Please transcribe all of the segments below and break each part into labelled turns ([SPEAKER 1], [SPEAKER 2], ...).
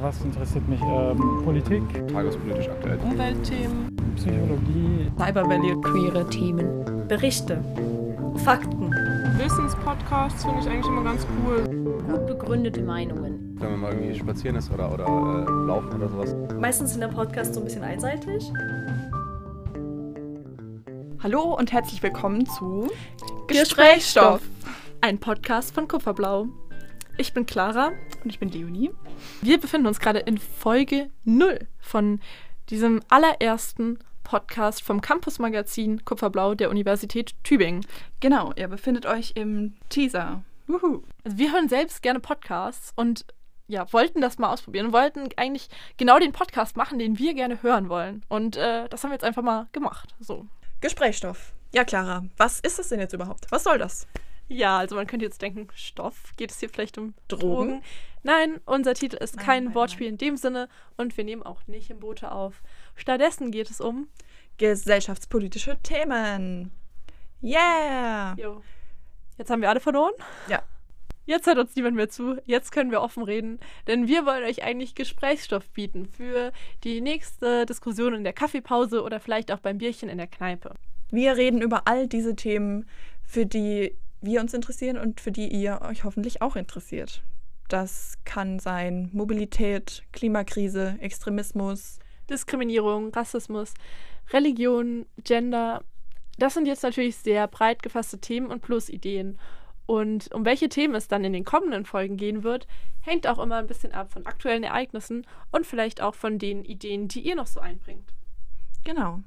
[SPEAKER 1] Was interessiert mich? Ähm, Politik,
[SPEAKER 2] Tagespolitisch aktuell.
[SPEAKER 3] Umweltthemen,
[SPEAKER 1] Psychologie,
[SPEAKER 4] Cyber Valley, queere Themen.
[SPEAKER 5] Berichte, Fakten,
[SPEAKER 3] Wissenspodcasts finde ich eigentlich immer ganz cool.
[SPEAKER 6] Gut begründete Meinungen.
[SPEAKER 2] Wenn man mal irgendwie spazieren ist oder, oder äh, laufen oder sowas.
[SPEAKER 5] meistens in der Podcast so ein bisschen einseitig.
[SPEAKER 7] Hallo und herzlich willkommen zu
[SPEAKER 5] Gesprächsstoff.
[SPEAKER 7] ein Podcast von Kupferblau.
[SPEAKER 8] Ich bin Clara.
[SPEAKER 7] Und ich bin Leonie.
[SPEAKER 8] Wir befinden uns gerade in Folge 0 von diesem allerersten Podcast vom Campus Magazin Kupferblau der Universität Tübingen.
[SPEAKER 7] Genau, ihr befindet euch im Teaser. Wuhu.
[SPEAKER 8] Also wir hören selbst gerne Podcasts und ja, wollten das mal ausprobieren, und wollten eigentlich genau den Podcast machen, den wir gerne hören wollen. Und äh, das haben wir jetzt einfach mal gemacht. So.
[SPEAKER 3] Gesprächsstoff. Ja, Clara, was ist das denn jetzt überhaupt? Was soll das?
[SPEAKER 8] Ja, also man könnte jetzt denken, Stoff, geht es hier vielleicht um
[SPEAKER 3] Drogen?
[SPEAKER 8] Drogen? Nein, unser Titel ist
[SPEAKER 7] Nein,
[SPEAKER 8] kein
[SPEAKER 7] nein,
[SPEAKER 8] Wortspiel in dem Sinne und wir nehmen auch nicht im Boote auf. Stattdessen geht es um
[SPEAKER 7] Gesellschaftspolitische Themen. Yeah!
[SPEAKER 8] Jo. Jetzt haben wir alle verloren.
[SPEAKER 7] Ja.
[SPEAKER 8] Jetzt hört uns niemand mehr zu. Jetzt können wir offen reden, denn wir wollen euch eigentlich Gesprächsstoff bieten für die nächste Diskussion in der Kaffeepause oder vielleicht auch beim Bierchen in der Kneipe.
[SPEAKER 7] Wir reden über all diese Themen, für die wir uns interessieren und für die ihr euch hoffentlich auch interessiert. Das kann sein Mobilität, Klimakrise, Extremismus.
[SPEAKER 8] Diskriminierung, Rassismus, Religion, Gender. Das sind jetzt natürlich sehr breit gefasste Themen und plus Ideen. Und um welche Themen es dann in den kommenden Folgen gehen wird, hängt auch immer ein bisschen ab von aktuellen Ereignissen und vielleicht auch von den Ideen, die ihr noch so einbringt.
[SPEAKER 7] Genau.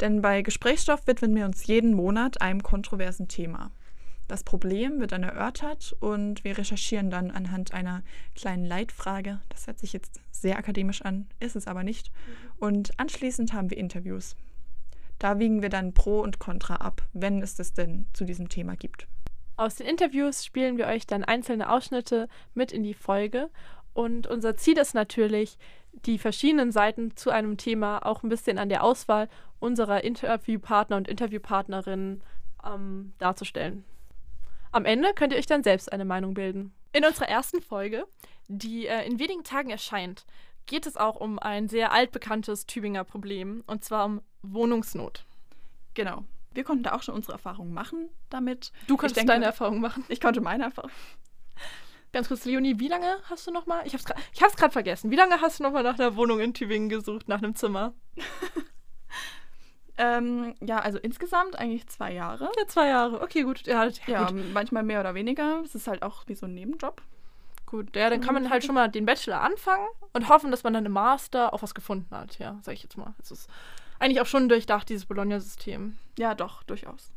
[SPEAKER 7] Denn bei Gesprächsstoff widmen wir uns jeden Monat einem kontroversen Thema. Das Problem wird dann erörtert und wir recherchieren dann anhand einer kleinen Leitfrage. Das hört sich jetzt sehr akademisch an, ist es aber nicht. Und anschließend haben wir Interviews. Da wiegen wir dann Pro und Contra ab, wenn es das denn zu diesem Thema gibt.
[SPEAKER 8] Aus den Interviews spielen wir euch dann einzelne Ausschnitte mit in die Folge. Und unser Ziel ist natürlich, die verschiedenen Seiten zu einem Thema auch ein bisschen an der Auswahl unserer Interviewpartner und Interviewpartnerinnen ähm, darzustellen. Am Ende könnt ihr euch dann selbst eine Meinung bilden. In unserer ersten Folge, die äh, in wenigen Tagen erscheint, geht es auch um ein sehr altbekanntes Tübinger Problem, und zwar um Wohnungsnot.
[SPEAKER 7] Genau. Wir konnten da auch schon unsere Erfahrungen machen damit.
[SPEAKER 8] Du kannst
[SPEAKER 7] denke-
[SPEAKER 8] deine Erfahrung machen.
[SPEAKER 7] Ich konnte meine Erfahrung.
[SPEAKER 8] Ganz kurz, Leonie, wie lange hast du nochmal? Ich hab's grad- ich hab's gerade vergessen. Wie lange hast du nochmal nach einer Wohnung in Tübingen gesucht, nach einem Zimmer?
[SPEAKER 7] Ähm, ja, also insgesamt eigentlich zwei Jahre.
[SPEAKER 8] Ja, zwei Jahre. Okay, gut. Ja, ja,
[SPEAKER 7] Ja,
[SPEAKER 8] Gut.
[SPEAKER 7] manchmal mehr oder weniger. Es ist halt auch wie so ein Nebenjob.
[SPEAKER 8] gut. Ja, dann kann man halt schon mal den Bachelor anfangen und hoffen, dass man dann im Master auch was gefunden hat. Ja, sag ich jetzt mal. Es ist eigentlich auch schon durchdacht, dieses Bologna-System.
[SPEAKER 7] Ja, doch, durchaus.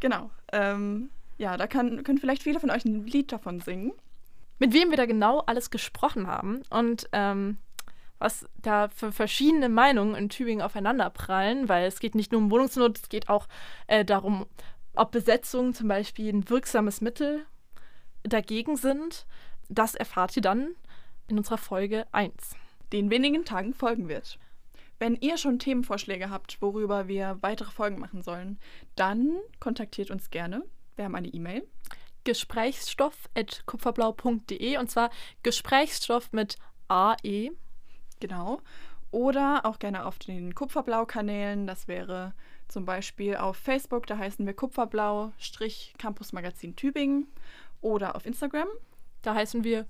[SPEAKER 7] Genau. Ähm, ja, da kann, können vielleicht viele von euch ein Lied davon singen.
[SPEAKER 8] mit wem wir da genau alles gesprochen haben und ähm, was da für verschiedene Meinungen in Tübingen aufeinanderprallen, weil es geht nicht nur um Wohnungsnot, es geht auch äh, darum, ob Besetzungen zum Beispiel ein wirksames Mittel dagegen sind. Das erfahrt ihr dann in unserer Folge 1.
[SPEAKER 7] die in wenigen Tagen folgen wird. Wenn ihr schon Themenvorschläge habt, worüber wir weitere Folgen machen sollen, dann kontaktiert uns gerne. Wir haben eine E-Mail.
[SPEAKER 8] Gesprächsstoff.kupferblau.de und zwar Gesprächsstoff mit E. AE.
[SPEAKER 7] Genau. Oder auch gerne auf den Kupferblau-Kanälen. Das wäre zum Beispiel auf Facebook, da heißen wir Kupferblau-Campus Magazin Tübingen. Oder auf Instagram.
[SPEAKER 8] Da heißen wir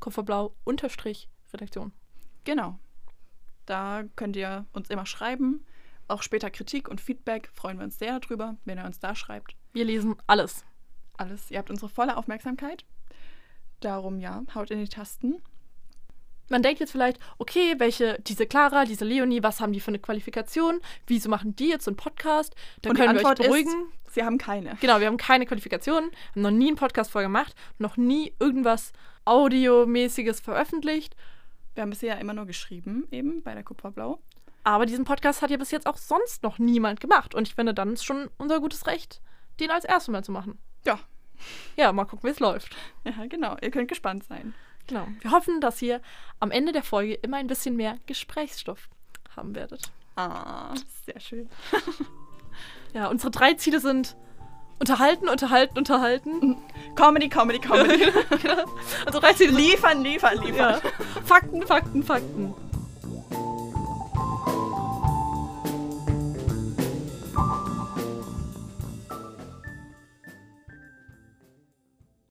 [SPEAKER 8] kupferblau-redaktion.
[SPEAKER 7] Genau. Da könnt ihr uns immer schreiben. Auch später Kritik und Feedback freuen wir uns sehr darüber, wenn ihr uns da schreibt.
[SPEAKER 8] Wir lesen alles.
[SPEAKER 7] Alles. Ihr habt unsere volle Aufmerksamkeit. Darum ja, haut in die Tasten.
[SPEAKER 8] Man denkt jetzt vielleicht, okay, welche, diese Clara, diese Leonie, was haben die für eine Qualifikation? Wieso machen die jetzt so einen Podcast? Dann
[SPEAKER 7] Und die
[SPEAKER 8] können wir euch
[SPEAKER 7] Antwort ist-
[SPEAKER 8] beruhigen.
[SPEAKER 7] Sie haben keine.
[SPEAKER 8] genau, wir haben keine Qualifikationen, haben noch nie einen Podcast vorgemacht, noch nie irgendwas Audiomäßiges veröffentlicht.
[SPEAKER 7] Wir haben bisher immer nur geschrieben, eben bei der Kupferblau.
[SPEAKER 8] Aber diesen Podcast hat ja bis jetzt auch sonst noch niemand gemacht. Und ich finde, dann ist schon unser gutes Recht, den als erstes Mal zu machen.
[SPEAKER 7] Ja.
[SPEAKER 8] Ja, mal gucken, wie es läuft.
[SPEAKER 7] Ja, genau. Ihr könnt gespannt sein.
[SPEAKER 8] Genau. Wir hoffen, dass ihr am Ende der Folge immer ein bisschen mehr Gesprächsstoff haben werdet.
[SPEAKER 7] Ah, sehr schön.
[SPEAKER 8] Ja, unsere drei Ziele sind unterhalten, unterhalten,
[SPEAKER 7] Mhm.
[SPEAKER 8] unterhalten.
[SPEAKER 7] Comedy, Comedy, Comedy.
[SPEAKER 8] Also reizt sie
[SPEAKER 7] liefern, liefern, liefern.
[SPEAKER 8] Ja. Fakten, Fakten, Fakten.